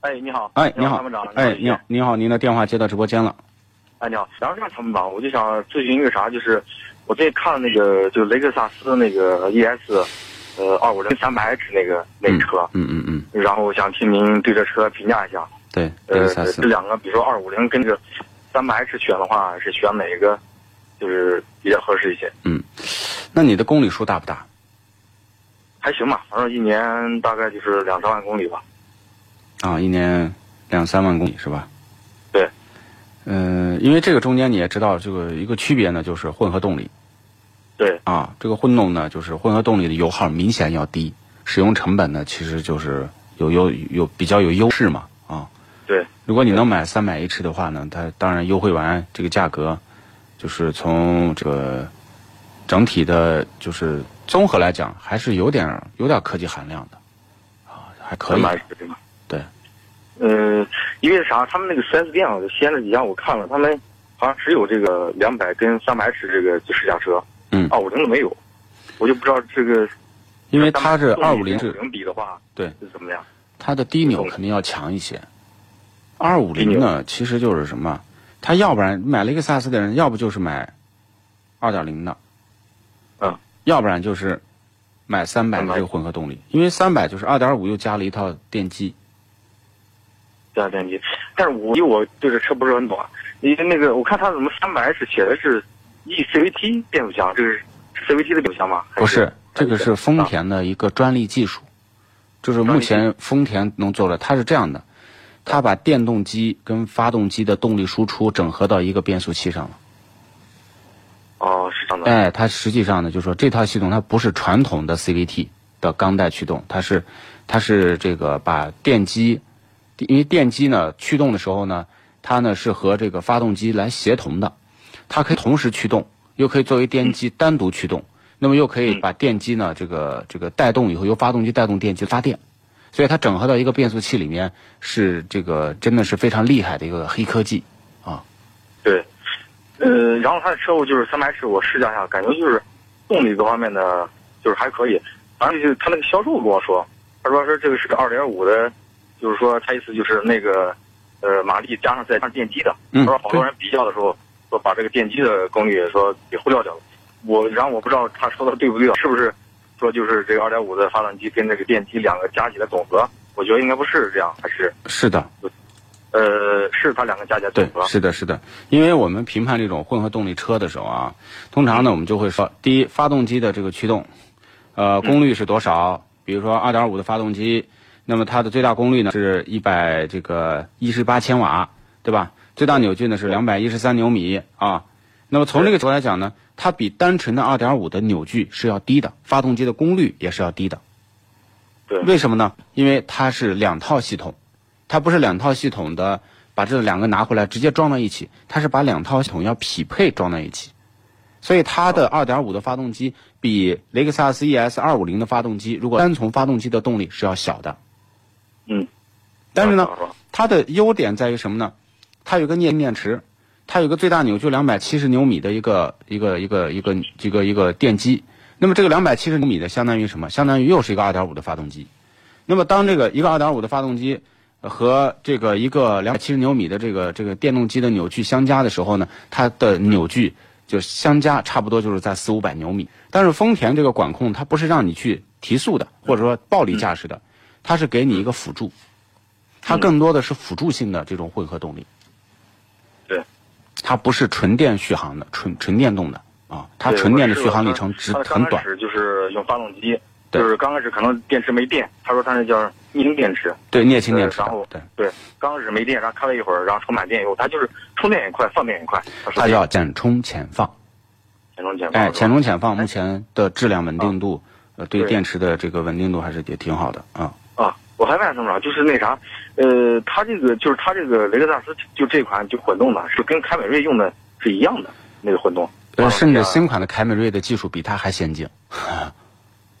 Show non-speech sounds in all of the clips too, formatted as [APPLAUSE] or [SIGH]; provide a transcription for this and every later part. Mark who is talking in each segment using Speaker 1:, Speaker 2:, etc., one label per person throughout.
Speaker 1: 哎，你好，
Speaker 2: 哎，你好
Speaker 1: 参谋长，，
Speaker 2: 哎，你好，，你好，您的电话接到直播间了。
Speaker 1: 哎，你好，然后这样，参谋长，我就想咨询一个啥，就是我最近看那个，就雷克萨斯的那个 ES，呃，二五零三百 H 那个那个车，
Speaker 2: 嗯嗯嗯，
Speaker 1: 然后我想听您对这车评价一下，
Speaker 2: 对，雷
Speaker 1: 呃
Speaker 2: 克萨，斯
Speaker 1: 这。两个，比如说二五零跟这个三百 H 选的话，是选哪个，就是比较合适一些？
Speaker 2: 那你的公里数大不大
Speaker 1: 还行吧，反正一年大概就是两三万公里吧。
Speaker 2: 啊？一年两三万公里是吧？
Speaker 1: 对。
Speaker 2: 嗯，因为这个中间你也知道，这个一个区别呢，就是混合动力
Speaker 1: 对，
Speaker 2: 啊，这个混动呢，就是混合动力的油耗明显要低，使用成本呢，其实就是有有有比较有优势嘛啊。
Speaker 1: 对，
Speaker 2: 如果你能买三百 H 的话呢，它当然优惠完这个价格，就是从这个整体的，就是综合来讲，还是有点儿有点儿科技含量的，啊，还可
Speaker 1: 三
Speaker 2: 以
Speaker 1: 百 H 对吧？
Speaker 2: 对。
Speaker 1: 呃，因为啥？他们那个 4S 店，我就西安这几家我看了，他们好像只有这个两百跟三百 H 这个就试驾车，啊
Speaker 2: 嗯
Speaker 1: 二五零的没有，我就不知道这个
Speaker 2: 因为它是二五零
Speaker 1: 是
Speaker 2: 是
Speaker 1: 零比的话，
Speaker 2: 对
Speaker 1: 是怎么样？
Speaker 2: 它的低扭肯定要强一些，二五零呢其实就是什么，它要不然买雷克萨斯的人，要不就是买二点零的，
Speaker 1: 嗯，
Speaker 2: 要不然就是买三百的这个混合动力，因为三百就是二点五又加了一套电机，
Speaker 1: 对啊，电机。但是我因为我对这车不是很懂啊，因为那个我看他怎么三百 H 写的是 E CVT 变速箱，这个是 CVT 的变速箱吗？还
Speaker 2: 不是，这个是丰
Speaker 1: 啊
Speaker 2: 田的一个专利技术，就是目前丰田能做的，它是这样的，它把电动机跟发动机的动力输出整合到一个变速器上了。
Speaker 1: 哦，是这样的。
Speaker 2: 哎，它实际上呢，就是说这套系统它不是传统的 CVT 的钢带驱动，它是它是这个把电机，因为电机呢驱动的时候呢，它呢是和这个发动机来协同的，它可以同时驱动，又可以作为电机单独驱动，那么又可以把电机呢这个这个带动以后由发动机带动电机发电，所以它整合到一个变速器里面是这个真的是非常厉害的一个黑科技。
Speaker 1: 对，呃，然后它的车我就是三百 H，我试驾一下，感觉就是动力各方面的就是还可以。反正就是他那个销售跟我说，他说是这个是二点五的，就是说他意思就是那个呃马力加上再加上电机的。
Speaker 2: 嗯
Speaker 1: 他说好多人比较的时候说把这个电机的功率说给忽略掉了。我然后我不知道他说的对不对，啊，是不是说就是这个二点五的发动机跟这个电机两个加起来总和？我觉得应该不是这样，还是
Speaker 2: 是的，
Speaker 1: 呃是它两个加起来总
Speaker 2: 对，
Speaker 1: 和。
Speaker 2: 是的，是的，因为我们评判这种混合动力车的时候啊，通常呢我们就会说，第一，发动机的这个驱动，呃，功率是多少？比如说二点五的发动机，那么它的最大功率呢是一百这个一十八千瓦，对吧？最大扭矩呢是两百一十三牛米啊。那么从这个角度来讲呢，它比单纯的二点五的扭矩是要低的，发动机的功率也是要低的。
Speaker 1: 对
Speaker 2: 为什么呢？因为它是两套系统，它不是两套系统的把这两个拿回来直接装到一起，它是把两套系统要匹配装到一起。所以它的2.5的发动机比 E 雷克萨斯 ES 250的发动机，如果单从发动机的动力是要小的。
Speaker 1: 嗯。
Speaker 2: 但是呢，
Speaker 1: 是吧
Speaker 2: 它的优点在于什么呢？它有个镍电池，它有个最大扭矩两百七十牛米的一个一个一个一个一个一个电机。那么这个两百七十牛米的相当于什么？相当于又是一个二点五的发动机。那么当这个一个二点五的发动机呃和这个一个两百七十牛米的这个这个电动机的扭矩相加的时候呢，它的扭矩就相加差不多就是在四五百牛米。但是丰田这个管控它不是让你去提速的，
Speaker 1: 嗯
Speaker 2: 或者说暴力驾驶的，它是给你一个辅助。它更多的是辅助性的这种混合动力。
Speaker 1: 对，
Speaker 2: 它不是纯电续航的，纯纯电动的啊，它
Speaker 1: 对
Speaker 2: 纯电的
Speaker 1: 我
Speaker 2: 续航
Speaker 1: 试
Speaker 2: 里
Speaker 1: 过
Speaker 2: 程只
Speaker 1: 它它
Speaker 2: 很
Speaker 1: 刚
Speaker 2: 短
Speaker 1: 开。始就是用发动机，
Speaker 2: 对
Speaker 1: 就是刚开始可能电池没电，他说他那叫液晶电池，
Speaker 2: 对，镍氢电池
Speaker 1: 然后
Speaker 2: 的，对，
Speaker 1: 对，刚开始没电，然后开了一会儿，然后充满电以后，它就是充电也快，放电也快，它
Speaker 2: 它
Speaker 1: 是
Speaker 2: 叫减充潜放。
Speaker 1: 前中前
Speaker 2: 哎，
Speaker 1: 前
Speaker 2: 前充潜放目前的质量稳定度，呃，对
Speaker 1: 对
Speaker 2: 电池的这个稳定度还是也挺好的啊。
Speaker 1: 啊，我还问什么了？就是那啥，呃，它这个就是它这个雷克萨斯就这款就混动的，是跟凯美瑞用的是一样的那个混动，啊
Speaker 2: 呃，甚至
Speaker 1: 新
Speaker 2: 新款的凯美瑞的技术比它还先进。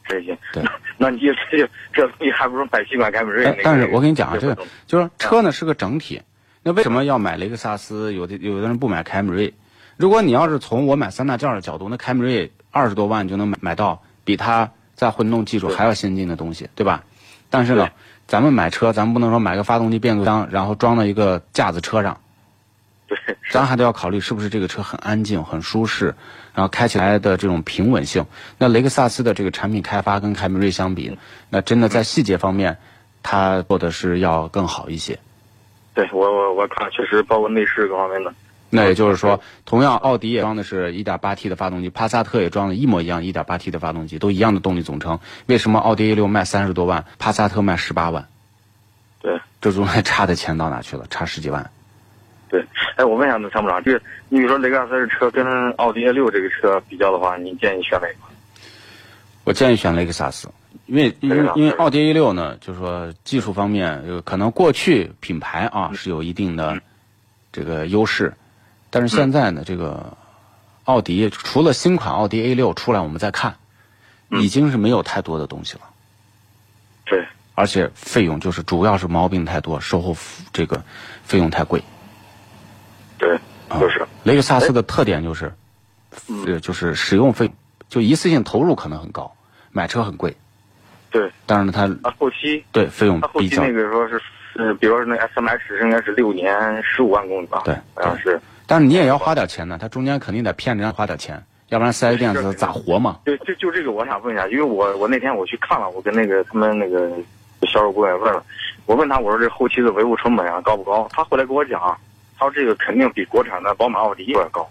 Speaker 1: 这些，
Speaker 2: 对，
Speaker 1: 那你这这这东西还不如买新款凯美瑞那
Speaker 2: 哎
Speaker 1: 个。
Speaker 2: 但是我跟你讲啊，
Speaker 1: 那
Speaker 2: 这
Speaker 1: 个
Speaker 2: 个就是车呢是个整体。那为什么要买雷克萨斯？有的有的人不买凯美瑞。如果你要是从我买三大件儿的角度，那凯美瑞二十多万就能买买到比它在混动技术还要先进的东西，对吧？但是呢
Speaker 1: 对，
Speaker 2: 咱们买车，咱们不能说买个发动机变速箱，然后装到一个架子车上，
Speaker 1: 对，
Speaker 2: 咱还得要考虑是不是这个车很安静、很舒适，然后开起来的这种平稳性。那雷克萨斯的这个产品开发跟凯美瑞相比，那真的在细节方面，它做的是要更好一些。
Speaker 1: 对我我我看确实包括内饰各方面的，
Speaker 2: 那也就是说，同样奥迪也装的是 1.8T 的发动机，帕萨特也装了一模一样 1.8T 的发动机，都一样的动力总成，为什么奥迪 A6 卖三十多万，帕萨特卖十八万？
Speaker 1: 对，
Speaker 2: 这中间 [LAUGHS] 差的钱到哪去了？差十几万。
Speaker 1: 对，哎，我问一下那参谋长，这个你比如说雷克萨斯这车跟奥迪 A 六这个车比较的话，你建议选哪个？
Speaker 2: 我建议选雷克萨斯，因为因
Speaker 1: 雷克
Speaker 2: 为
Speaker 1: 萨斯
Speaker 2: 因为奥迪 A 六呢，就是说技术方面，呃可能过去品牌啊
Speaker 1: 嗯
Speaker 2: 是有一定的这个优势，但
Speaker 1: 嗯
Speaker 2: 是现在呢，这个奥迪除了新款奥迪 A 六出来，我们再看，
Speaker 1: 嗯
Speaker 2: 已经是没有太多的东西了。
Speaker 1: 对，
Speaker 2: 而且费用就是主要是毛病太多，售后服这个费用太贵。
Speaker 1: 对，
Speaker 2: 啊
Speaker 1: 就是，哎嗯
Speaker 2: 雷克萨斯的特点就是，呃，就是使用费就一次性投入可能很高，买车很贵，
Speaker 1: 对，
Speaker 2: 但是呢，它
Speaker 1: 它后期
Speaker 2: 对费用
Speaker 1: 它后
Speaker 2: 嗯比
Speaker 1: 期
Speaker 2: 较
Speaker 1: 那个说是，呃，比如说是那 S M H 应该是六年十五万公里吧？
Speaker 2: 对
Speaker 1: 好像是。
Speaker 2: 但是你也要花点钱呢，它中间肯定得骗人家花点钱，要不然四 S 店
Speaker 1: 是
Speaker 2: 咋
Speaker 1: 是
Speaker 2: 咋活嘛？
Speaker 1: 对，就就这个，我想问一下，因为我我那天我去看了，我跟那个他们那个销售顾问也问了，我问他我说这后期的维护成本啊高不高？他后来跟我讲，他说这个肯定比国产的宝马、奥迪要高。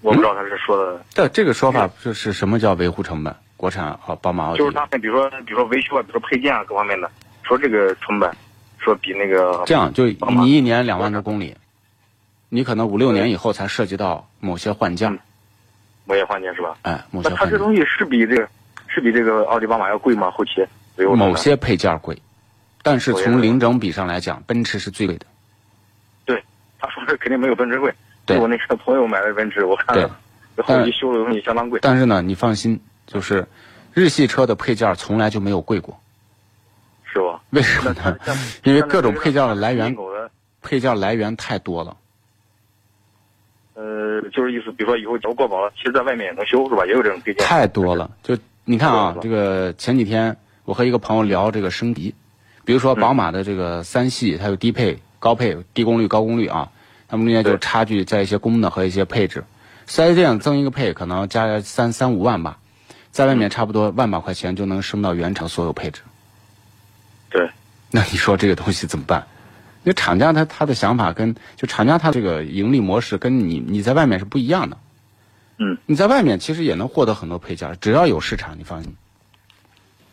Speaker 1: 我不知道他是说的，
Speaker 2: 这这个说法就是什么叫维护成本？国产啊，宝马、奥迪
Speaker 1: 就是他们比如说比如说维修啊，比如说配件啊各方面的，说这个成本，说比那个
Speaker 2: 这样，就
Speaker 1: 宝马
Speaker 2: 你一年两万多公里，你可能五六年以后才涉及到某些换件儿
Speaker 1: 嗯，摩耶换件是吧？
Speaker 2: 哎，某
Speaker 1: 嗯那
Speaker 2: 些
Speaker 1: 它
Speaker 2: 换
Speaker 1: 这
Speaker 2: 件儿，
Speaker 1: 东西是比这个是比这个奥迪、宝马要贵吗？后期维护成本
Speaker 2: 某些配件儿贵，但是
Speaker 1: 我也
Speaker 2: 从
Speaker 1: 认为
Speaker 2: 零整比上来讲，奔驰是最贵的。
Speaker 1: 他说是肯定没有奔驰贵。
Speaker 2: 对
Speaker 1: 我那个朋友买的奔驰，我看了，后期修的东西相当贵。
Speaker 2: 但是呢，你放心，就是日系车的配件儿从来就没有贵过，
Speaker 1: 是
Speaker 2: [LAUGHS]
Speaker 1: 吧？
Speaker 2: 为什么
Speaker 1: 那
Speaker 2: 呢？
Speaker 1: 像
Speaker 2: 因为各种配件的来
Speaker 1: 进
Speaker 2: 源，
Speaker 1: 口的，
Speaker 2: 配件来源太多了。
Speaker 1: 呃，就是意思，比如说以后只要过保了，其实在外面也能修，是吧？也有这种配件。
Speaker 2: 太多了。就你看啊，
Speaker 1: 对
Speaker 2: 这个前几天我和一个朋友聊这个升级，比如说
Speaker 1: 嗯
Speaker 2: 宝马的这个三系，它有低配、高配、低功率、高功率啊，它们中间就
Speaker 1: 对
Speaker 2: 差距在一些功能和一些配置。四 S 店增一个配，可能加三三五万吧，在外面差不多万把块钱就能升到原厂所有配置。
Speaker 1: 对，
Speaker 2: 那你说这个东西怎么办？ [LAUGHS] 因为厂家他他的想法跟就厂家他这个盈利模式跟你你在外面是不一样的。
Speaker 1: 嗯，
Speaker 2: 你在外面其实也能获得很多配件，只要有市场，你放心。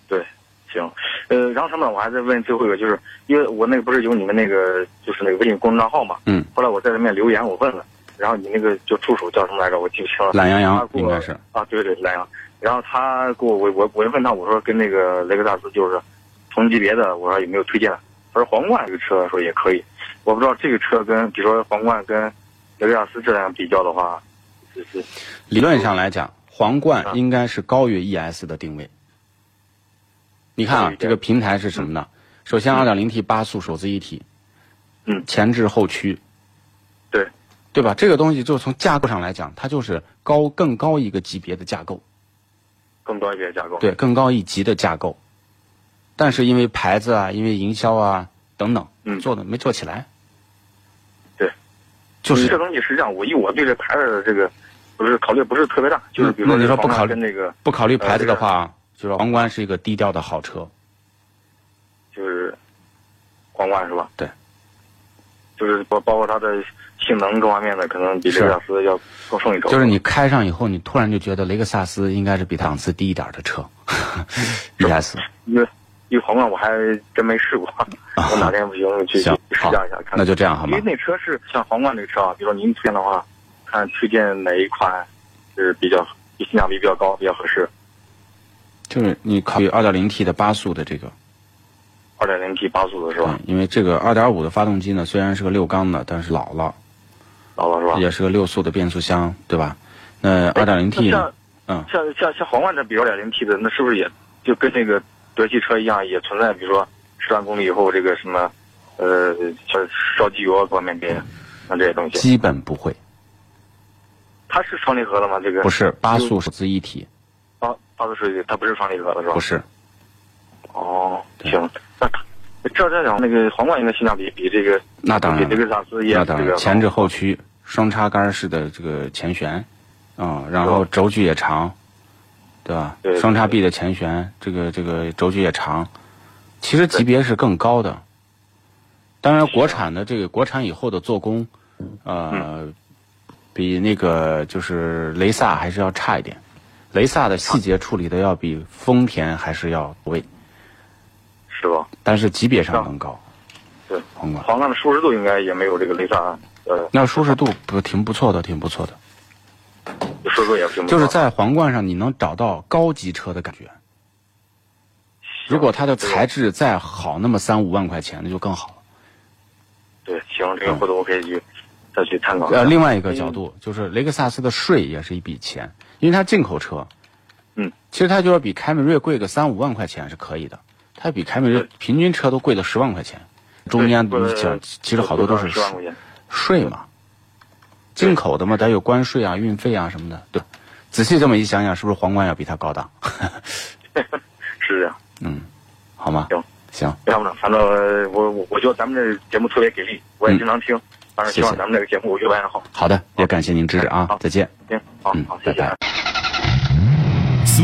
Speaker 1: 对，行。呃，然后他们我还在问最后一个，就是因为我那个不是有你们那个就是那个微信公众账号嘛？
Speaker 2: 嗯。
Speaker 1: 后来我在里面留言，我问了，然后你那个就助手叫什么来着？我记不清了。
Speaker 2: 懒羊
Speaker 1: 他
Speaker 2: 羊
Speaker 1: 给
Speaker 2: 应
Speaker 1: 我
Speaker 2: 该是
Speaker 1: 啊，对对，莱阳。然后他给我我我我就问他，我说跟那个雷克萨斯就是同级别的，我说有没有推荐的？他说皇冠这个车说也可以，我不知道这个车跟比如说皇冠跟雷克萨斯这两比较的话，就是
Speaker 2: 理论上来讲，皇
Speaker 1: 啊
Speaker 2: 冠应该是高于 ES 的定位。你
Speaker 1: 高
Speaker 2: 看
Speaker 1: 于嗯
Speaker 2: 啊
Speaker 1: 一，点
Speaker 2: 这个平台是什么呢？首先，2 0 T 八速手自一体，
Speaker 1: 嗯
Speaker 2: 前置后驱，
Speaker 1: 对
Speaker 2: 对吧？这个东西就从架构上来讲，它就是高更高一个级别的架构，
Speaker 1: 更高一些架构。
Speaker 2: 对，更高一级的架构。但是因为牌子啊，因为营销啊等等，
Speaker 1: 嗯
Speaker 2: 做的没做起来。
Speaker 1: 对，
Speaker 2: 就
Speaker 1: 这
Speaker 2: 是
Speaker 1: 东西实际上我以我对这牌子的这个不是考虑不是特别大，就是比如
Speaker 2: 嗯那你说
Speaker 1: 这个
Speaker 2: 不考
Speaker 1: 皇冠
Speaker 2: 虑
Speaker 1: 跟那个
Speaker 2: 不考虑牌
Speaker 1: 呃这
Speaker 2: 子的
Speaker 1: 个
Speaker 2: 话啊，就是皇冠是一个低调的好车。
Speaker 1: 就是皇冠是吧？
Speaker 2: 对。
Speaker 1: 就是包包括它的性能各方面的，可能比雷克萨斯要更胜一筹。
Speaker 2: 就是你开上以后，你突然就觉得雷克萨斯应该是比它档次低一点的车，E，ES。
Speaker 1: 因为一个皇冠我还真没试过， [LAUGHS] 我哪天不行我去去
Speaker 2: 啊行
Speaker 1: 试驾一下看看。
Speaker 2: 那就这样好
Speaker 1: 因
Speaker 2: 吗
Speaker 1: 为？那车是像皇冠这个车啊，比如说您推荐的话，看推荐哪一款是比较性价比比较高、比较合适。
Speaker 2: 就是你考虑 2.0T 的八速的这个，
Speaker 1: 二点零 T 八速的是吧
Speaker 2: 嗯？因为这个2.5的发动机呢，虽然是个六缸的，但是老了，
Speaker 1: 老了是吧？
Speaker 2: 也是个六速的变速箱，对吧？那
Speaker 1: 哎那
Speaker 2: 2.0T 呢
Speaker 1: 像？
Speaker 2: 嗯
Speaker 1: 像像像皇冠这比如二点零 T 的，那是不是也就跟那个德系车一样，也存在比如说十万公里以后这个什么呃烧烧机油啊各方面这些，像这些东西，
Speaker 2: 基本不会，
Speaker 1: 它是双离合的吗？这个
Speaker 2: 不是八速手自一体，
Speaker 1: 八八速是它不是双离合的是吧？
Speaker 2: 不是。
Speaker 1: 哦，行，那照这样讲，那个皇冠应该性价比比这个
Speaker 2: 那当然
Speaker 1: 比
Speaker 2: 了
Speaker 1: 雷克萨斯也
Speaker 2: 那
Speaker 1: 这
Speaker 2: 当
Speaker 1: 个
Speaker 2: 然，前置后驱双插杆式的这个前悬，啊、然后轴距也长，对吧？
Speaker 1: 对对
Speaker 2: 双叉臂的前悬，这个这个轴距也长，其实级别是更高的。当然，国产的这个国产以后的做工，呃，
Speaker 1: 嗯
Speaker 2: 比那个就是雷萨还是要差一点。雷萨的细节处理的要比丰田还是要到位，
Speaker 1: 是吧？
Speaker 2: 但是级别上更高。
Speaker 1: 对，
Speaker 2: 皇冠，
Speaker 1: 皇冠的舒适度应该也没有这个雷萨呃
Speaker 2: 那舒适度不挺不错的，挺不错的。
Speaker 1: 舒适度也不行，
Speaker 2: 就是在皇冠上你能找到高级车的感觉。如果它的材质再好那么三五万块钱，那就更好了。
Speaker 1: 对行，这个回头我可以去再去探讨一下。
Speaker 2: 嗯呃，另外一个角
Speaker 1: 嗯
Speaker 2: 度就是雷克萨斯的税也是一笔钱，因为它进口车，
Speaker 1: 嗯，
Speaker 2: 其实它就要比凯美瑞贵个三五万块钱是可以的，它比凯美瑞平均车都贵了十万块钱，中间
Speaker 1: 对
Speaker 2: 你想，其实好多都是
Speaker 1: 十万块钱。
Speaker 2: 税嘛，
Speaker 1: 对
Speaker 2: 进口的嘛，得有关税啊、运费啊什么的，对。仔细这么一想想，是不是皇冠要比它高档？
Speaker 1: 是这样，
Speaker 2: 好吗？
Speaker 1: 行
Speaker 2: 行。
Speaker 1: 要不呢？反正呃我我我觉得咱们这个节目特别给力，我也经常听，反正希
Speaker 2: 嗯谢
Speaker 1: 望
Speaker 2: 谢
Speaker 1: 咱们这个节目越办越好。
Speaker 2: 好的，也感谢您支持啊
Speaker 1: 好，
Speaker 2: 再见。
Speaker 1: 行，好
Speaker 2: 嗯
Speaker 1: 好，谢谢
Speaker 2: 拜
Speaker 1: 啊
Speaker 2: 拜。
Speaker 3: 俗